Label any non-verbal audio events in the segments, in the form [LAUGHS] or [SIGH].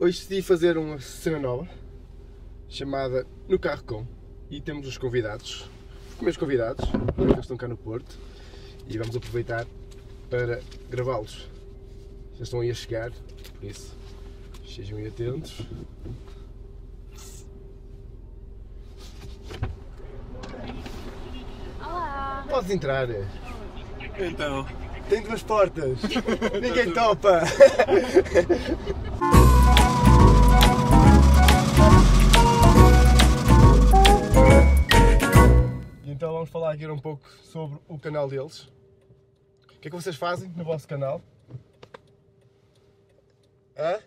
Hoje decidi fazer uma cena nova chamada No Carro Com e temos os convidados, os meus convidados, eles estão cá no Porto e vamos aproveitar para gravá-los. Já estão aí a chegar, por isso estejam aí atentos. Olá! Podes entrar, Então, tem duas portas, ninguém topa! E Então vamos falar aqui um pouco sobre o canal deles. O que é que vocês fazem no vosso canal? Hã?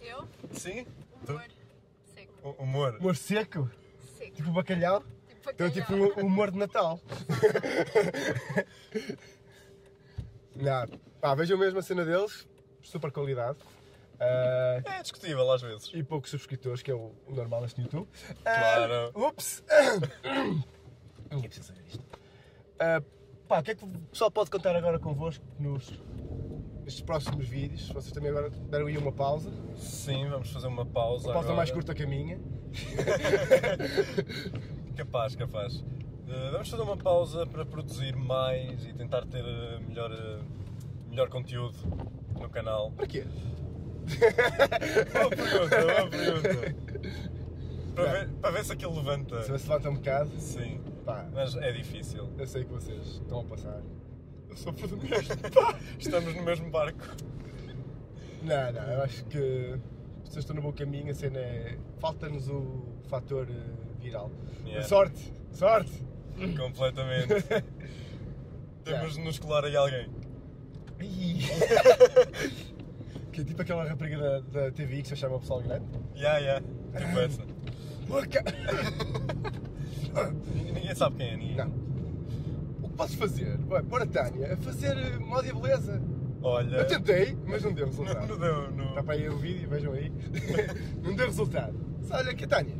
Eu? Sim? Humor. Seco. hu- humor. Humor seco? Seco. Tipo bacalhau? Tipo Então tipo um humor de Natal. [LAUGHS] Não, pá, vejam mesmo a cena deles, super qualidade. Ah, É discutível às vezes. e poucos subscritores, que é o o normal neste YouTube. Claro. Ah, ups! [COUGHS] Ninguém precisa saber isto. Ah, pá, o que é que o pessoal pode contar agora convosco nos, nestes próximos vídeos? Vocês também agora deram aí uma pausa. Uma Sim, vamos fazer uma pausa. pausa agora. mais curta que a minha. Capaz, capaz. Eh, vamos fazer uma pausa para produzir mais e tentar ter eh, melhor, eh, melhor conteúdo no canal. Para quê? Boa pergunta, boa pergunta. Para ver, para ver se aquilo levanta. Se se levanta um bocado, Sim, pá, mas é difícil. eu sei que vocês estão a passar. Eu um sofro do mesmo. Estamos no mesmo barco. Não, não, eu acho que vocês estão no bom caminho, a cena é. Falta-nos o fator eh, viral. Yeah. Sorte! Sorte! [LAUGHS] Completamente. Temos de nos colar aí alguém. Ih. que é tipo aquela rapariga da, da TV que se chama pessoal grande. Ya, ya. Tipo essa. Porca! Ningu- Ninguém sabe quem é, ninguém. Não. [COUGHS] O que posso fazer? Vai, pôr a Tânia a fazer eh, moda e beleza. Olha. Eu tentei, mas não deu Não, não resultado. deu, não. Está para aí o vídeo, vejam aí. [LAUGHS] não deu resultado. Só olha aqui a Tânia.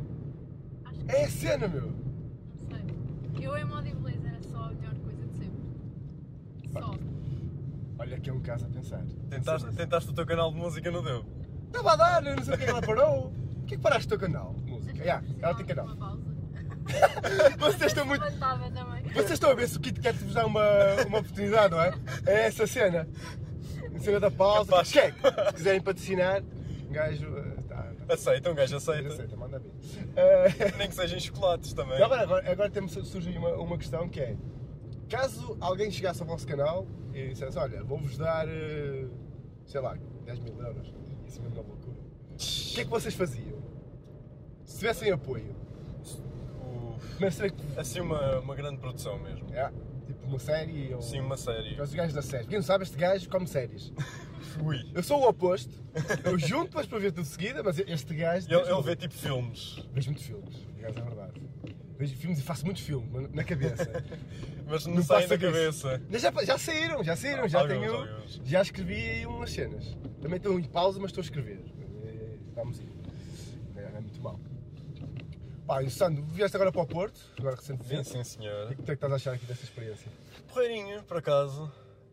Acho que É a cena, meu. não sei. Eu em moda e beleza era só a melhor coisa de sempre. Só. Olha aqui é um caso a pensar. Tentaste, tentaste o teu canal de música, não deu. Estava a dar, eu não sei o que é que ela parou. Por que é que paraste o teu canal? de Música. Yeah, ela tem canal. [LAUGHS] Uma pausa. Vocês estão muito. Levantava também. Vocês estão a ver se o Kit Kat vos dá uma, uma oportunidade, não é? É essa cena. A cena da pausa. Capaz. Que é que, se quiserem patrocinar, um gajo. eh, Tá, tá, Aceita, um gajo aceita. aceita, manda bem. Eh, [LAUGHS] Nem que sejam chocolates também. agora, agora, agora temos, surge aí uma, uma questão que é: caso alguém chegasse ao vosso canal e dissesse, olha, vou-vos dar, eh, sei lá, 10 mil euros, isso mesmo é uma loucura. O que é que vocês faziam? Se tivessem apoio, Uf. mas será que. Assim, uma, uma grande produção mesmo. É, tipo uma série ou. Sim, uma série. Os gajos da série. Quem não sabe, este gajo come séries. Ui. Eu sou o oposto. Eu junto depois para ver tudo de seguida, mas este gajo. Ele, ele vê tipo filmes, Vejo muitos filmes, por acaso é verdade. Vejo filmes e faço muitos filmes mas na cabeça. mas [LAUGHS] não, Não sai passa da disso. cabeça. Mas já, já saíram, já saíram, Ah, já alguns, tenho. alguns. Já escrevi aí umas cenas. Também estou em pausa, mas estou a escrever. É, Vamos aí. É, é muito mal. Pá, e Sandro, vieste agora para o Porto, agora Sim, recentemente. O sim, que é senhor. que tu é que estás a achar aqui desta experiência? Porreirinho, por acaso.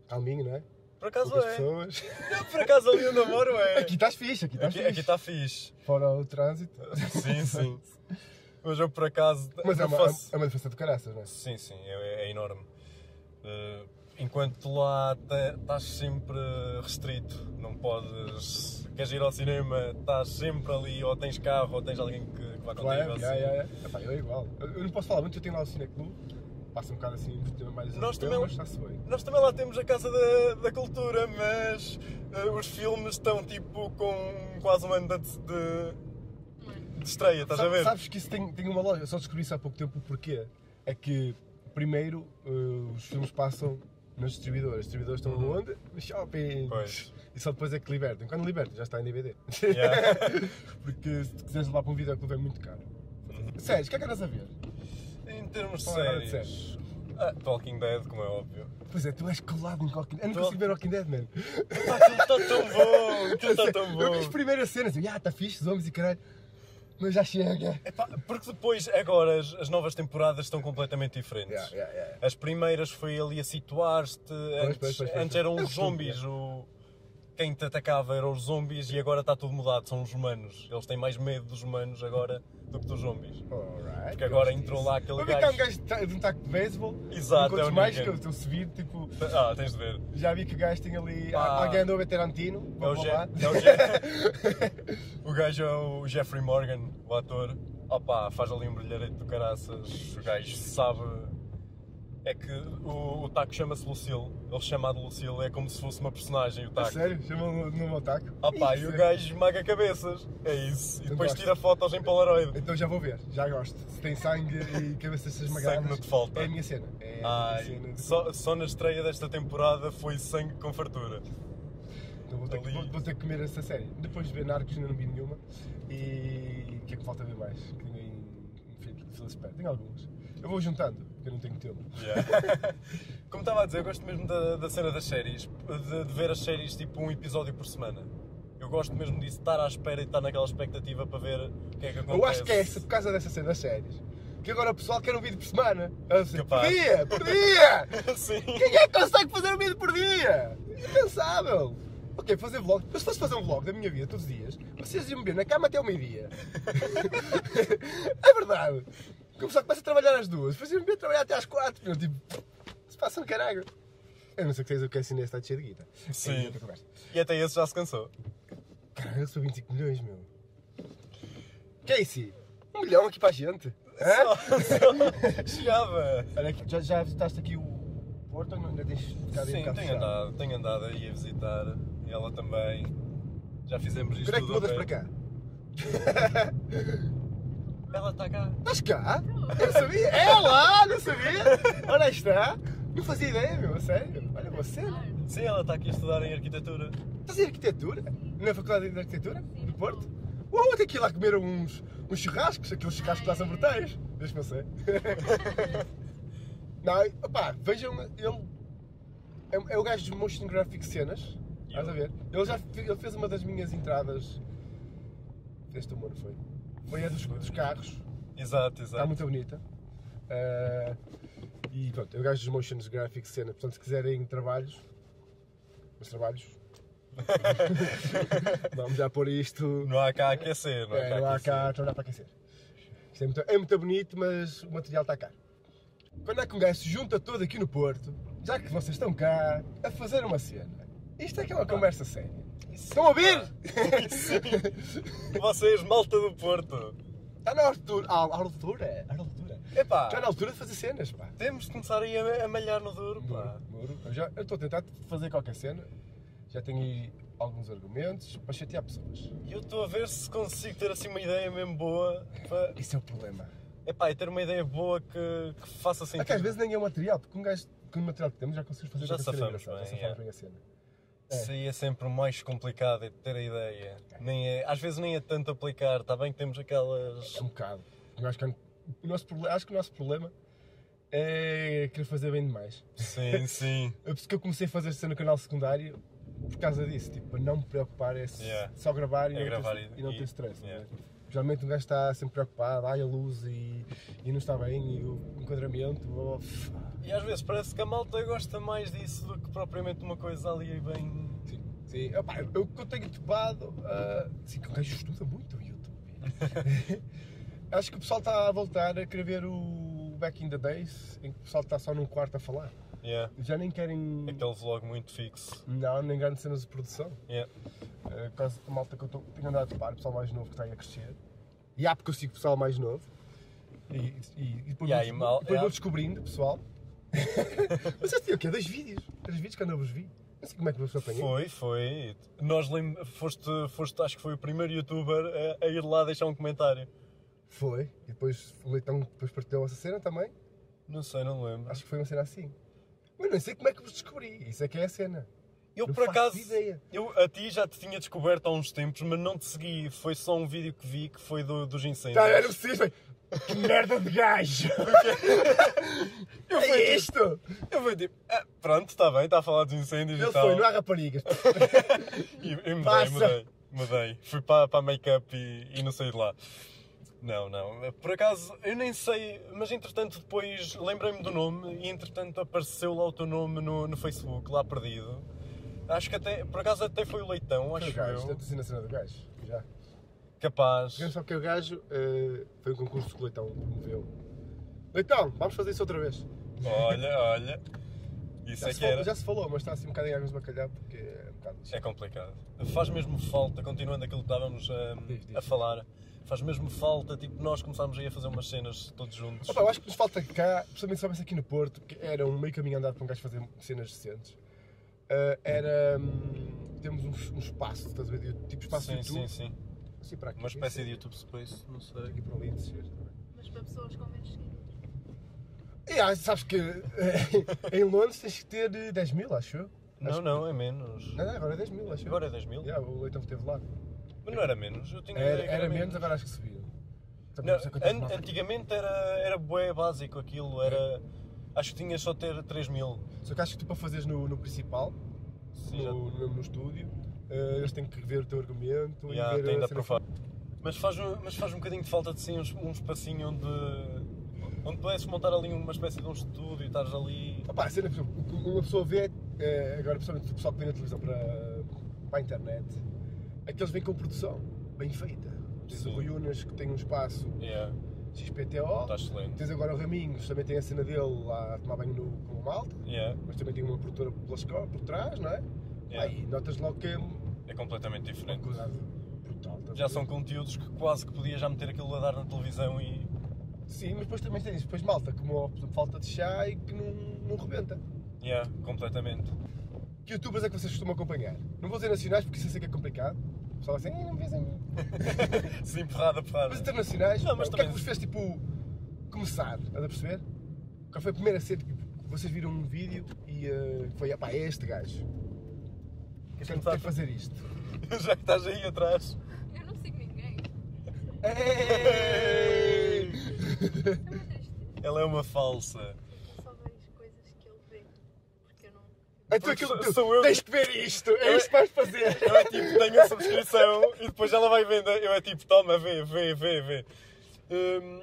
Calminho, não é? Por acaso Poucas é. pessoas. [LAUGHS] Por acaso ali o namoro é. Aqui estás fixe, aqui estás Aqui tá- fixe. aqui está fixe. Fora o trânsito. Sim, sim. [LAUGHS] Mas eu por acaso. Mas é eu uma, faço- é uma diferença de caraças, não é? Sim, sim, é, é enorme. Eh, enquanto lá te- estás sempre restrito, não podes. Queres ir ao cinema, estás sempre ali, ou tens carro, ou tens alguém que, que vai contigo. Claro, assim. já, já, já. Epá, eu é igual. Eu, eu não posso falar muito, eu tenho lá o Cineclube, passa um bocado assim do tema mais Nós europeu, também- mas está-se bem. Nós também lá temos a Casa da, da Cultura, mas eh, os filmes estão tipo com quase um ano de, de, de estreia, estás a Sabe- ver? Sabes que isso tem, tem uma loja, eu só descobri isso há pouco tempo o porquê. É que, primeiro, eh, os filmes passam nas distribuidoras. As distribuidoras estão Uhum. onde? Nos shoppings. Pois. E só depois é que libertam. Quando libertam, já está em DVD. [LAUGHS] Yeah. [LAUGHS] Porque se tu quiseres levar para um videoclube é muito caro. Sérgio, o que é que andas a ver? Em termos de Fala agora de séries. Ah, Talking Dead, como é óbvio. Pois é, tu és colado em Walking Dead. Eu não Tu- consigo ver Walking Dead, man. Pá, Aquilo está tão bom! Aquilo está tão Eu vi as Então tá bom! primeiras cenas, eu, ah, está fixe, zombies e caralho. Mas já chega. Epá, Porque depois, agora, as, as novas temporadas estão completamente diferentes. Yeah, yeah, yeah. As primeiras foi ali a situar-te, antes, pois, pois, pois, antes pois. eram É o os costume, zombies, o... quem te atacava eram os zombies e agora está tudo mudado, são os humanos. Eles têm mais medo dos humanos agora do que dos zombies. Alright, Porque agora gosto entrou disso. lá aquele Mas vem cá um gajo. gajo de ta- de um taco de beisebol. Exato, é Quantos o mais que Negan. eu estou subido, tipo, Ah, tens de ver. já vi que o gajo tem ali. Pá. Alguém andou a bater Antino. É o, vamos Je lá. [LAUGHS] é o, Je [LAUGHS] o gajo é o Jeffrey Morgan, o ator. Opa, faz ali um brilhareto do caraças. O gajo sabe. É que o, o taco chama-se Lucille. Ele chama de Lucille, é como se fosse uma personagem o A taco. Sério? Chamou-me no meu taco. Opa, e Isso. o gajo esmaga cabeças. É isso. E Eu depois gosto. tira fotos em Polaroid. Então já vou ver, já gosto. Se tem sangue [LAUGHS] e cabeças esmagadas. Sangue não te falta. É a minha cena. É a minha Ai, cena. só, só na estreia desta temporada foi sangue com fartura. Então vou, ter que, ali. vou- vou ter que comer essa série. Depois de ver Narcos, ainda não vi nenhuma. E o que é que falta ver mais? Que ninguém enfim, se espera. Tenho algumas. Eu vou juntando, porque eu não tenho tempo. Yeah. [LAUGHS] Como estava a dizer, eu gosto mesmo da, da cena das séries, de, de ver as séries tipo um episódio por semana. Eu gosto mesmo disso, estar à espera e estar naquela expectativa para ver o que é que acontece. Eu acho que é essa, por causa dessa cena das séries. Que agora o pessoal quer um vídeo por semana. Eu sei, por Capaz. dia! Por dia! [LAUGHS] Sim. Quem é que consegue fazer um vídeo por dia? Impensável! Ok, fazer vlog. Eu se fosse fazer um vlog da minha vida todos os dias, vocês iam me ver na cama até ao meio-dia. [LAUGHS] é verdade! Porque o pessoal começa a trabalhar às duas, depois iam me ver trabalhar até às quatro. Eu tipo, se passa no caralho. Eu não sei o que tens, o que assim está cheio de guita. Sim. É outra conversa. E até esse já se cansou. Caralho, eu sou 25 milhões, meu. Casey, um milhão aqui para a gente. Hã? Chegava. Olha, aqui, já, já visitaste aqui o Porto ou ainda tens ficado aí um Sim, bocado tenho fechado? andado, tenho andado aí a visitar. E ela também. Já fizemos isto Quando é que tudo mudas a para pé. cá? Ela está cá. Estás cá? Eu não sabia? É lá, não sabia? Ora aí está! Não fazia ideia, meu, a sério. Olha, você. Claro. Sim, ela está aqui a estudar em arquitetura. Estás em arquitetura? Na Faculdade de Arquitetura? Sim. Do Porto? Uau, até que ir lá comer uns, uns churrascos, aqueles churrascos lá são brutais. Deixa-me ser. não, opá, vejam, ele. É, é o gajo dos motion graphic cenas. Estás a ver? Ele já fe- ele fez uma das minhas entradas. Este humor foi. Foi a dos- dos carros. Exato, Está exato. Tá muito bonita. Ah, e pronto, eu gajo dos motions graphics cena. Portanto, se quiserem trabalhos, mas trabalhos, Tá vamos já pôr isto. [LAUGHS] Não há cá a aquecer, não há É, cá a lá aquecer. cá, trabalhar para aquecer. Isto é muito, é muito bonito, mas o material está caro. Quando é que um gajo se junta todo aqui no Porto, já que vocês estão cá, a fazer uma cena? Isto é que é uma conversa séria. Estão a ouvir? Vocês, malta do Porto. Está na altura. à- à altura. à altura. Epá, Está na altura de fazer cenas, pá. temos de começar aí a, a malhar no duro, pá. Muro, muro. Eu já eu estou a tentar fazer qualquer cena. Já tenho aí alguns argumentos para chatear pessoas. E Eu estou a ver se consigo ter assim uma ideia mesmo boa. Pá. Isso é o problema. Epá, e ter uma ideia boa que, que faça sentido. Até às vezes nem é o material, porque um gajo com o material que temos já conseguimos fazer Já qualquer cena safamos engraçada, Já bem, safamos é. bem a cena. Isso aí é sempre o mais complicado, é ter a ideia. Nem é- às vezes nem é tanto aplicar, está bem que temos [LAUGHS] aquelas... Um bocado. Eu acho que, é um, o nosso, proble- acho que o nosso problema é querer fazer bem demais. Sim, sim. É por isso que eu comecei a fazer cena no canal secundário por causa disso, tipo, para não me preocupar, é s- Yeah. só gravar e, É não, gravar ter, e- e não ter e- stress. yeah. não é? Geralmente um gajo está sempre preocupado, ai a luz e, e não está bem, e o enquadramento, blá, blá, blá. E às vezes parece que a malta gosta mais disso do que propriamente uma coisa ali bem... Sim, sim. Opá, eu, o que eu tenho topado, ah, sim, que um gajo estuda muito o YouTube. [LAUGHS] Acho que o pessoal está a voltar a querer ver o Back in the Days, em que o pessoal está só num quarto a falar. Yeah. Já nem querem. Aquele vlog muito fixo. Não, nem grandes cenas de produção. Yeah. Uh, por causa da malta que eu tô- tenho andado a topar, o pessoal mais novo que está aí a crescer. E há porque eu sigo o pessoal mais novo. E, e- e depois, E vou, aí, mal- depois é. vou descobrindo, pessoal. [LAUGHS] Vocês tinham o quê? Dois vídeos? Três vídeos que eu não vos vi. Não sei como é que vos apanhei. Foi, foi. Nós lem... foste, foste, acho que foi o primeiro youtuber a, a ir lá deixar um comentário. Foi. E depois o Leitão depois partilhou essa cena também. Não sei, não lembro. Acho que foi uma cena assim. Mas não sei como é que vos descobri. Isso é que é a cena. Eu não por faço acaso, ideia. eu a ti já te tinha descoberto há uns tempos, mas não te segui. Foi só um vídeo que vi que foi do, dos incêndios. Tá, eu não preciso, velho. Que merda de [LAUGHS] gajo! eu é fui tipo- isto! eu fui tipo, ah, pronto, está bem, está a falar dos incêndios Ele e tal. foi, não há raparigas. E, e mudei, Passa. mudei, mudei. Fui para, para make-up e, e não saí de lá. Não, não. Por acaso, eu nem sei, mas entretanto depois lembrei-me do nome e entretanto apareceu lá o teu nome no, no Facebook, lá perdido. Acho que até, por acaso até foi o Leitão, Foi acho o gajo, eu. deve ter sido na cena do gajo, já. Capaz. Chegamos só que o gajo eh, foi um concurso que o Leitão promoveu. Leitão, Então, vamos fazer isso outra vez. Olha, olha. Isso Já é se, que falou, era. já se falou, mas está assim um bocado em águas de bacalhau porque é um bocado É complicado. Faz mesmo falta, continuando aquilo que estávamos hum, Diz, diz. a falar, faz mesmo falta, tipo, nós começámos aí a fazer umas cenas todos juntos. Opa, eu acho que nos falta cá, principalmente somente aqui no Porto, que era um meio caminho andado para um gajo fazer cenas decentes. Ah, era. hum, temos um, um espaço, estás a ver? de- Tipo espaço sim, de YouTube. sim, sim. Assim, para aqui, Uma espécie de assim, YouTube Space, não sei. Aqui para ali, descer. também. Mas para pessoas com menos seguidores. é? E ah, sabes que [LAUGHS] eh, em Londres tens que ter eh, 10 mil, acho eu. Não, Acho não, é menos. Não, não, agora é 10 mil, acho eu. Agora é 10 mil? Yeah, o Leitão esteve lá. Mas não era menos, eu tinha a Era, ideia que era menos, agora acho que subiram. Também Não, não sei é quantas an- malta- antigamente era, era bué básico aquilo, era... Acho que tinha só ter 3 mil. Só que acho que tu para fazeres no, no principal, Sim, já- no, no, no estúdio, eh, eles têm que ver o assim teu argumento já, e ver tem de a cena aprovar. Mas faz, um- mas faz um bocadinho de falta de sim, um, um espacinho onde, onde pudesses montar ali uma espécie de um estúdio e estares ali... Opa, a cena, por exemplo, o que uma pessoa vê, eh, agora principalmente o pessoal que vê na televisão para, para a internet, aqueles vêm com produção bem feita. Tens o Sim. Rui Unas que tem um espaço Yeah, está Tá. XPTO, excelente. tens agora o Raminhos, também tem a cena dele lá a tomar banho no, com o Malta, Yeah, mas também tem uma produtora pelas co- por trás, não é? yeah, Aí notas logo que é uma É completamente diferente. qualidade brutal. estás a Já ver? são conteúdos que quase que podia já meter aquilo a dar na televisão e... Sim, mas depois também tens depois Malta que morre por falta de chá e que não, não rebenta. Yeah, completamente. Que youtubers é que vocês costumam acompanhar? Não vou dizer nacionais porque isso eu sei que é complicado. O pessoal vai assim, "Ei, não me vês a mim. Sim, porrada, porrada. Mas internacionais, Tá Não, mas o que é também- que vos fez tipo começar? Estás a perceber? Qual foi a primeira cena que vocês viram um vídeo e eh, foi, pá, é este gajo. Queres Quero começar? quero fazer isto. [LAUGHS] Já que estás aí atrás. Eu não sigo ninguém. Ei! [LAUGHS] É uma tristeza. Ela é uma falsa. Eu só vejo coisas que ele vê. Porque eu não. então aquilo Sou- tu, sou eu. tens que ver isto, é isto que vais fazer. Eu é tipo, tenho a subscrição e depois ela vai vendo. Eu é tipo, toma, vê, vê, vê, vê. Hum,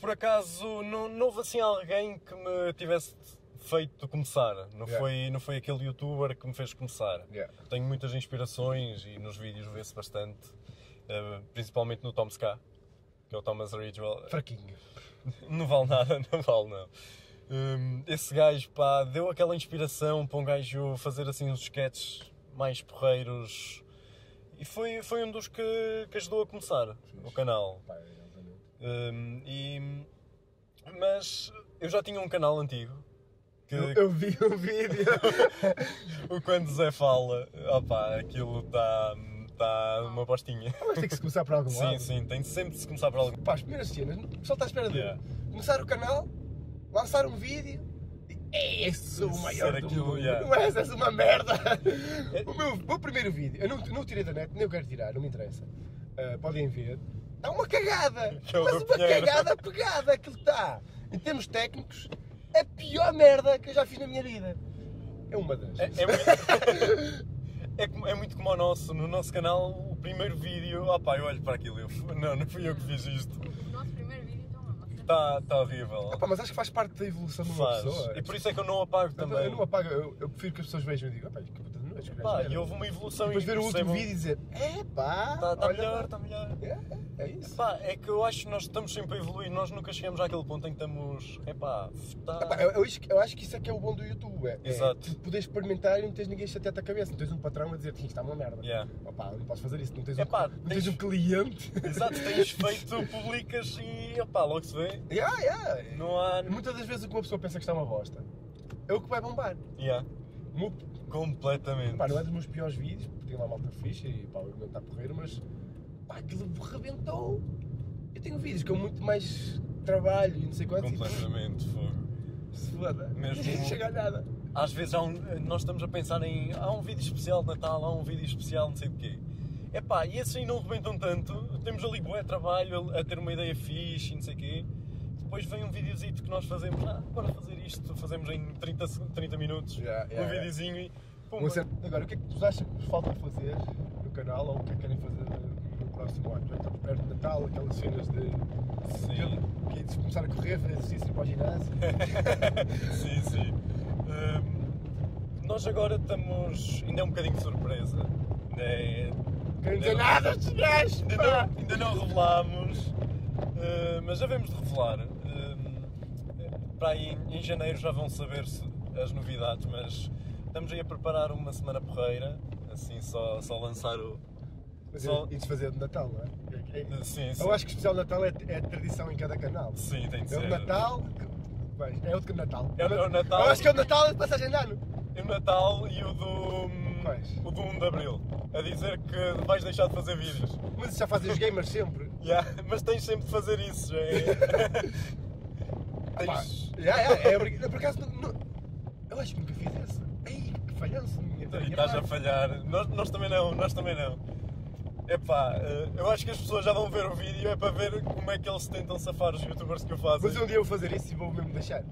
por acaso, não, não houve assim alguém que me tivesse feito começar. Não, Yeah. foi, não foi aquele youtuber que me fez começar. Yeah. Tenho muitas inspirações e nos vídeos vê-se bastante. eh, principalmente no Tom's K, que é o Thomas Ridgewell. Fraquinho. Não vale nada, [LAUGHS] não vale não. Hum, esse gajo, pá, deu aquela inspiração para um gajo fazer assim uns sketches mais porreiros. E foi, foi um dos que, que ajudou a começar o canal. Pá, é, obviamente. Hum, e, mas eu já tinha um canal antigo. Que Eu, eu vi o vídeo. o quando Zé fala, opá, aquilo está tá uma bostinha. Mas tem que se começar Ah, por algum [LAUGHS] Sim, lado. sim, tem sempre de se começar por algo. Pá, as primeiras cenas, o pessoal está à espera de Yeah. começar o canal, lançar um vídeo e "Ei, esse sou o Ser maior do aquilo, mundo. yeah. É. Não és, és uma merda. o meu, o meu primeiro vídeo, eu não, não o tirei da net, nem eu quero tirar, não me interessa. Ah, podem ver, está uma cagada. [LAUGHS] Que é o mas do uma Pinheiro. cagada pegada aquilo está. Em termos técnicos, é a pior merda que eu já fiz na minha vida. É uma das. É, é muito... [LAUGHS] é como- é muito como o nosso, no nosso canal, o primeiro vídeo. Ah pá, eu olho para aquilo e eu. fu- Não, não fui eu que fiz isto. O nosso primeiro vídeo então é uma cena. Está tá horrível. Ah, pá, mas acho que faz parte da evolução de uma Faz. pessoa. Tipo, E por isso é que eu não apago Eu, também. Então, eu não apago, eu, eu prefiro que as pessoas vejam e digam, "Epá, que puta de noite, que Pá, merda." e houve uma evolução depois e ver o último percebam- vídeo e dizer é pá, Tá, tá olha melhor, lá." está melhor. É, é isso. Pá, é que eu acho que nós estamos sempre a evoluir, nós nunca chegamos àquele ponto em que estamos. É pá, tá... Epá, eu, eu acho que- eu acho que isso é que é o bom do YouTube. É, Exato. É, tu podes experimentar e não tens ninguém chateado a cabeça. Não tens um patrão a dizer que isto está uma merda. Yeah. Opá, não podes fazer isso. Não tens, um, Epá, não tens um cliente. [LAUGHS] Exato, tens feito, publicas e. opá, logo se vê. yeah, yeah. Não há. Muitas das vezes o que uma pessoa pensa que está uma bosta é o que vai bombar. Yeah, O meu- completamente. Pá, não é dos meus piores vídeos, porque tem lá malta ficha e pá, o argumento está a correr, mas pá, aquilo rebentou. Eu tenho vídeos com muito mais trabalho e não sei quantos. e- Completamente, fogo. Se foda. [LAUGHS] Mesmo- Ninguém chega a nada. Às vezes há um, nós estamos a pensar em há um vídeo especial de Natal, há um vídeo especial não sei de quê. Epá, e esses aí não rebentam tanto, temos ali bué trabalho a ter uma ideia fixe e não sei o quê. Depois vem um videozito que nós fazemos, ah, bora fazer isto, fazemos em 30, seg- 30 minutos, Yeah, yeah, um yeah. videozinho e pum. Uma cena- Agora, o que é que vos acham que vos falta fazer no canal ou o que é que querem fazer no próximo ano? Já estamos perto de Natal, aquelas cenas de. Sim. Que é de começar a correr, fazer exercício ir para o ginásio. sim, sim. Hum, nós nós agora estamos. ainda é um bocadinho de surpresa. Ainda é- Quem dizer nada, estes gajos! Ainda pá! não, ainda não revelámos, eh, mas já vamos de revelar. Eh, para aí em, em janeiro já vão saber-se as novidades, mas estamos aí a preparar uma semana porreira, assim só, só lançar o. Mas é, Só- e e desfazer de Natal, não é? É- Sim, sim. Eu acho que o especial de Natal é, é tradição em cada canal. Sim, tem de É ser. o Natal. que- bem, É outro Natal. É o- é o Natal. Eu acho que é o Natal e de passagem de ano. E o Natal e o do. Quais? O do 1 de Abril. A dizer que vais deixar de fazer vídeos. Mas isso já fazem os gamers [LAUGHS] sempre. Yeah, mas tens sempre de fazer isso. já [LAUGHS] É... Pá, tens... já, já, é, obrig- por acaso, não- não- eu acho que nunca fiz esse. Ei, que falhança minha. da Então, E minha estás a parte. falhar. Nós, nós também não, nós também não. Epá, eh, eu acho que as pessoas já vão ver o vídeo, é para ver como é que eles tentam safar os youtubers que o fazem. Mas um dia eu vou fazer isso e vou mesmo [LAUGHS] deixar.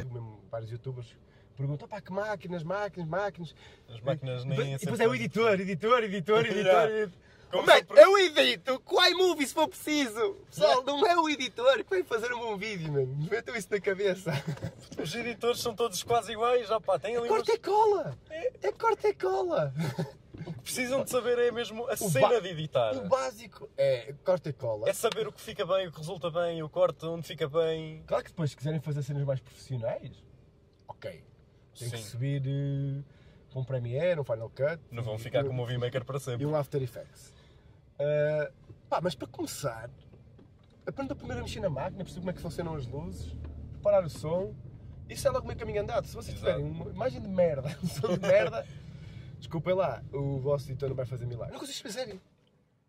mesmo vários youtubers perguntam, pá, que máquinas, máquinas, máquinas. As máquinas E nem depois- E sempre depois é o fazem. editor, editor, [LAUGHS] editor, editor. Yeah. editor. Como Oh, man, sempre- eu edito com o iMovie se for preciso. Pessoal, não é o editor que vai fazer um bom vídeo, mano. Metam isso na cabeça. Os editores são todos quase iguais, opá, têm ali Corta umas... e cola. É corta e cola. Precisam de saber é mesmo a O cena ba- de editar. O básico é corta e cola. É saber o que fica bem, o que resulta bem, o corte onde fica bem. Claro que depois, se quiserem fazer cenas mais profissionais, ok. Tem que Sim. subir eh, para um Premiere, um Final Cut. Não vão e- ficar e- com o Movie Maker para sempre. E um After Effects. Ah, pá, mas para começar, aprenda primeiro a mexer na máquina, perceber como é que funcionam as luzes, preparar o som. Isso é logo meio caminho andado. Se vocês Exato. tiverem uma imagem de merda, [LAUGHS] um som de merda, desculpem lá, o vosso editor não vai fazer milagre. Não consigo escrever série.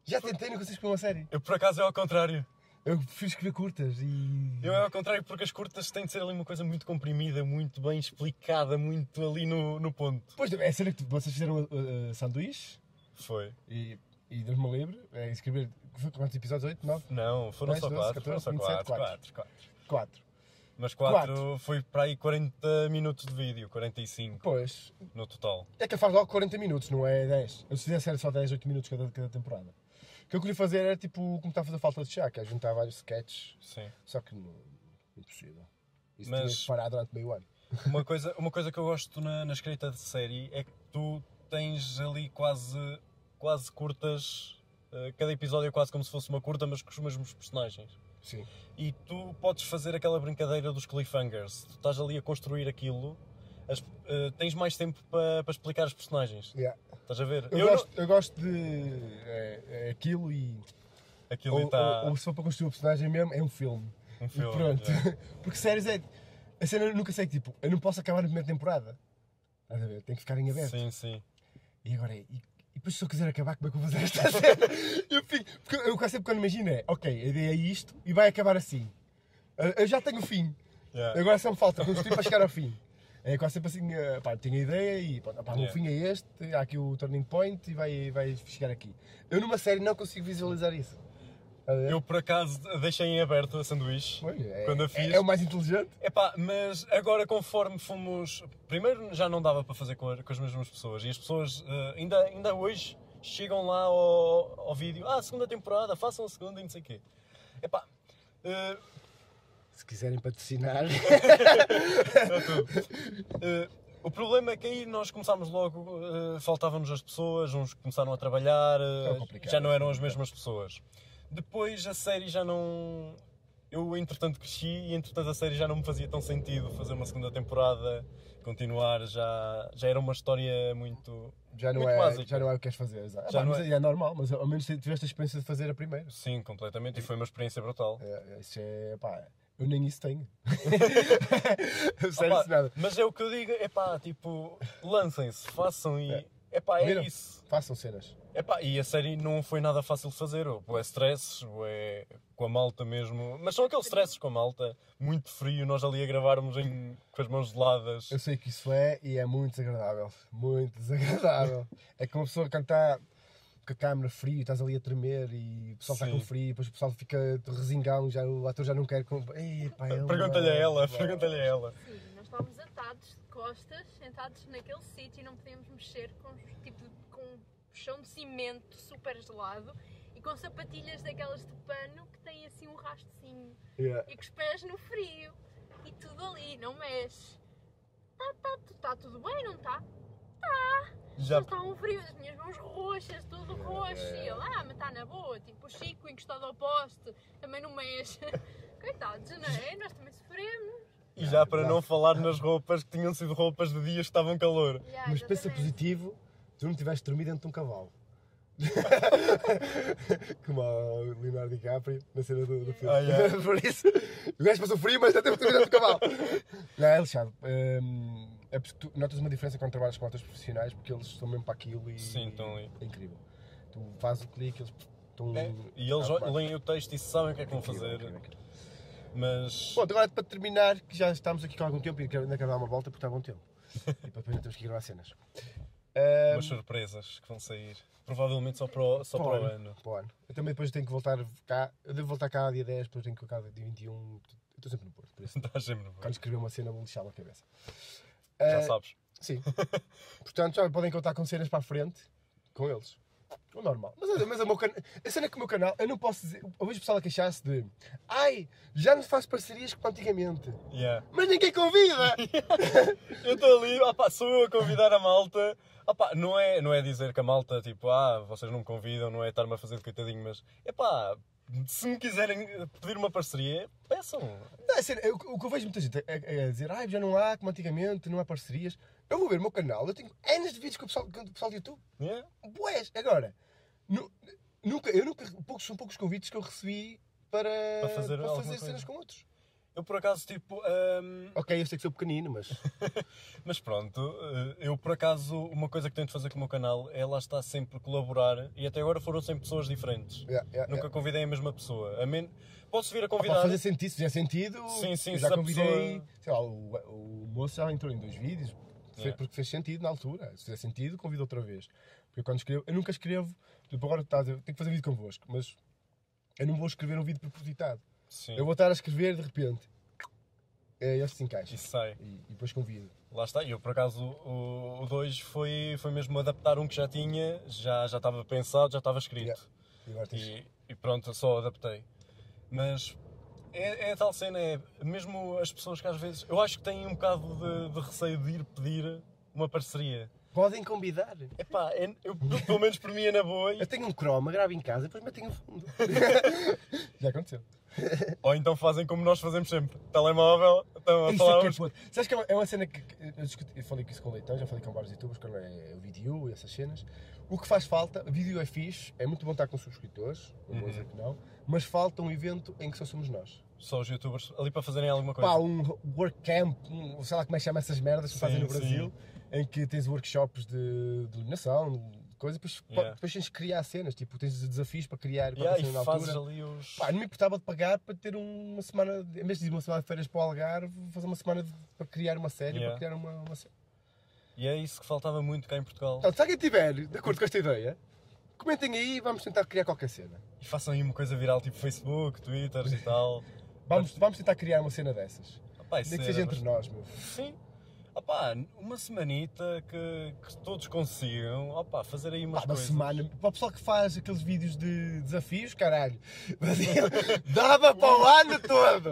Já tentei, não consigo escrever uma série. Eu por acaso é ao contrário. Eu prefiro escrever curtas e. Eu é ao contrário porque as curtas têm de ser ali uma coisa muito comprimida, muito bem explicada, muito ali no, no ponto. Pois é, a cena que tu- vocês fizeram ah, ah, sanduíche Foi. e, e Deus-me livre, é escrever. Foi quantos episódios? 8, 9, Não, foram Mais só 12, quatro, 14, foram só 27, quatro, quatro. quatro, quatro. 4. Mas quatro, foi para aí 40 minutos de vídeo, 45 Pois, no total. É que faz logo 40 minutos, não é 10. Eu se fizesse era só 10, 8 minutos cada, cada temporada. O que eu queria fazer era tipo, como está a fazer falta de chá, que é juntar vários sketches, Sim. só que não, impossível. Isso Mas- tinha que parar durante meio ano. Uma coisa, uma coisa que eu gosto na, na escrita de série é que tu tens ali quase, quase curtas. eh, Cada episódio é quase como se fosse uma curta, mas com os mesmos personagens. Sim. e tu podes fazer aquela brincadeira dos cliffhangers. Tu estás ali a construir aquilo, as- eh, tens mais tempo para explicar os personagens. Yeah. Estás a ver? Eu, gosto, eu gosto de é, é aquilo e. não- aquilo tá- Ou, está ou- ou se for para construir o personagem mesmo, é um filme. um filme. e pronto. yeah. [LAUGHS] Porque séries é. A cena eu nunca sei, tipo, eu não posso acabar na primeira temporada. Estás a ver? Tem que ficar em é aberto. Sim, sim. E agora é. E, e depois, se eu quiser acabar, como é que eu vou fazer esta [LAUGHS] cena? Eu fico. Porque eu quase sempre quando imagino é, ok, a ideia é isto e vai acabar assim. Eu- Eu já tenho o fim. Yeah. Agora só me falta construir para chegar ao fim. É quase sempre assim, eh, pá, tenho a ideia e pá, pá, o meu Yeah. fim é este, há aqui o turning point e vai, vai chegar aqui. Eu numa série não consigo visualizar isso. Eu por acaso deixei em aberto a sanduíche. Pois, é, Quando eu é- fiz- é o mais inteligente. Epá, mas agora conforme fomos. Primeiro já não dava para fazer com, a- com as mesmas pessoas e as pessoas eh, ainda, ainda hoje chegam lá ao, ao vídeo. Ah, segunda temporada, façam a segunda e não sei o quê. Epá, eh, Se quiserem patrocinar. [LAUGHS] Eh, o problema é que aí nós começámos logo, eh, faltavam-nos as pessoas, uns começaram a trabalhar, eh, Era É complicado, já não eram as mesmas pessoas. Depois a série já não. Eu entretanto cresci e entretanto a série já não me fazia tão sentido fazer uma segunda temporada, continuar, já, já era uma história muito. Já não, Muito é, básico. já não é o que queres fazer. exato. Já Pá, não mas é. é. é normal, mas ao menos tiveste a experiência de fazer a primeira. Sim, completamente, e foi uma experiência brutal. É, Isso é, pá, eu nem isso [LAUGHS] tenho. eu sei Opa, disso nada. mas é o que eu digo, é pá, tipo, lancem-se, façam e. É. É pá, é Viram? isso. Façam cenas. Epá, e a série não foi nada fácil de fazer, ou é stress, ou é com a malta mesmo, mas são aqueles stresses com a malta, muito frio, nós ali a gravarmos em- com as mãos geladas. Eu sei que isso é e é muito desagradável. Muito desagradável. é como uma pessoa quando está com a câmera frio, estás ali a tremer e o pessoal está Sim. com frio, depois o pessoal fica resingão, já, o ator já não quer. Com... é Ei, pá, ele- Pergunta-lhe a ela, Pá. pergunta-lhe a ela. Sim, nós estávamos atados de costas, sentados naquele sítio e não podíamos mexer com, os- tipo, com um chão de cimento super gelado e com sapatilhas daquelas de pano que têm assim um rastocinho Yeah. e com os pés no frio e tudo ali, não mexe. tá, tá, tu- tá tudo bem, não tá? Já Já está um frio, as minhas mãos roxas, tudo É, Yeah, roxo. yeah, E ele, ah, mas está na boa. Tipo, o Chico encostado ao poste, também não mexe. [LAUGHS] Coitados, não é? Nós também sofremos. E já para não falar nas roupas que tinham sido roupas de dias que estavam calor. Yeah, Mas pensa exatamente. positivo, tu não tiveste dormido dentro de um [LAUGHS] cavalo. Como o Leonardo DiCaprio na cena do, do filme. Ah, [LAUGHS] yeah. Por isso, o gajo passou frio, mas já teve dormido dentro de um cavalo. Não, é lixado. Hum, é porque tu notas uma diferença quando trabalhas com outros profissionais, porque eles estão mesmo para aquilo e. Sim, estão ali. É incrível. Tu fazes o clique, eles Ah, estão. É, E eles automático. leem o texto e sabem o que é que vão Incrível, fazer. incrível, incrível. Mas. Bom, agora para terminar, que já estamos aqui com algum tempo e quero- ainda quero dar uma volta porque está bom [LAUGHS] tempo. E para depois ainda temos que gravar cenas. Hum, Ahm, Umas surpresas que vão sair. Provavelmente só para o, só para o ano. [LAUGHS] Para o ano. Eu também depois tenho que voltar cá. Eu devo voltar cá dia 10, depois tenho que voltar cá dia 21. Eu estou sempre no Porto, [LAUGHS] por isso. Estás sempre no Quando banco. escrever uma cena, vou lixar a cabeça. Já Ah, sabes. Sim. [LAUGHS] Portanto, já podem contar com cenas para a frente com eles. O normal. Mas, olha, mas o meu can... a cena é que o meu canal, eu não posso dizer. Eu vejo o pessoal a queixar-se de. Ai, já não faço parcerias como antigamente. Yeah. Mas ninguém [LAUGHS] convida! Eu estou ali, ah pá, sou eu a convidar a malta. Ah pá, não é, não é dizer que a malta, tipo, ah, vocês não me convidam, não é estar-me a fazer de coitadinho, mas é pá, se me quiserem pedir uma parceria, peçam. Não, é sério, eu- o que eu vejo muita gente é, é- é dizer, ai, já não há, como antigamente, não há parcerias. Eu vou ver o meu canal, eu tenho anos de vídeos com o pessoal, com o pessoal do YouTube. Yeah. Boés, agora, nu- nunca, eu nunca, poucos, são poucos convites que eu recebi para, Para fazer alguma cenas coisa. com outros. Eu por acaso, tipo, ahm, Ok, eu sei que sou pequenino, [LAUGHS] mas Mas pronto, eh, eu por acaso, uma coisa que tento fazer com o meu canal é lá estar sempre colaborar e até agora foram sempre pessoas diferentes. yeah, yeah, Nunca yeah. convidei a mesma pessoa. A men... Posso vir a Ah, convidar. para é, fazer sentido, se fizer sentido, Sim, sim, eu já se a convidei, pessoa- sei lá, o, o moço já entrou em dois vídeos, fe- Yeah. porque fez sentido na altura, se fizer sentido, convido outra vez. Porque eu quando escrevo, eu nunca escrevo, tipo, agora estás, a- tenho que fazer vídeo convosco, mas eu não vou escrever um vídeo propositado. Sim. Eu vou estar a escrever de repente, é, eles se E encaixam, sai. e, e depois convido. Lá está. E eu por acaso, o 2 foi, foi mesmo adaptar um que já tinha, já, já estava pensado, já estava escrito. Yeah. E agora tens... E, e pronto, só adaptei. Mas é, é a tal cena, é mesmo as pessoas que às vezes. Eu acho que têm um bocado de, de receio de ir pedir uma parceria. Podem convidar. Epá, é, eu, pelo menos por mim é na boa. e- Eu tenho um croma, gravo em casa, depois metem um fundo. [LAUGHS] Já aconteceu. Ou então fazem como nós fazemos sempre: telemóvel, estão a Isso falar aqui é uns- puto. Sabes que é uma, é uma cena que. que Eu, discuti- eu falei com isso com o Leitão, já falei com vários youtubers, quando é o vídeo e essas cenas. O que faz falta, vídeo é fixe, é muito bom estar com subscritores, não vou dizer Uhum. que não, mas falta um evento em que só somos nós. Só os youtubers ali para fazerem alguma coisa. Pá, um work camp, um, sei lá como é que chama essas merdas que Sim, fazem no sim. Brasil, em que tens workshops de, de iluminação, de coisa, depois, Yeah. depois tens de criar cenas, tipo, tens desafios para criar para Yeah, fazer assim, na e altura. fazes ali os. Pá, não me importava de pagar para ter uma semana, de- em vez de ir uma semana de férias para o Algarve, vou fazer uma semana de- para criar uma série, Yeah. para criar uma, uma série. E é isso que faltava muito cá em Portugal. Portanto, se alguém tiver de acordo com esta ideia, comentem aí e vamos tentar criar qualquer cena. E façam aí uma coisa viral tipo Facebook, Twitter e tal. Vamos, vamos tentar criar uma cena dessas. Epá, isso Nem que era seja entre bastante- nós, meu. Sim. Opá, uma semanita que, que todos consigam opá, fazer aí umas Pá, uma coisas. semana. Para o pessoal que [LAUGHS] faz aqueles vídeos de desafios, caralho. Dava para o ano todo!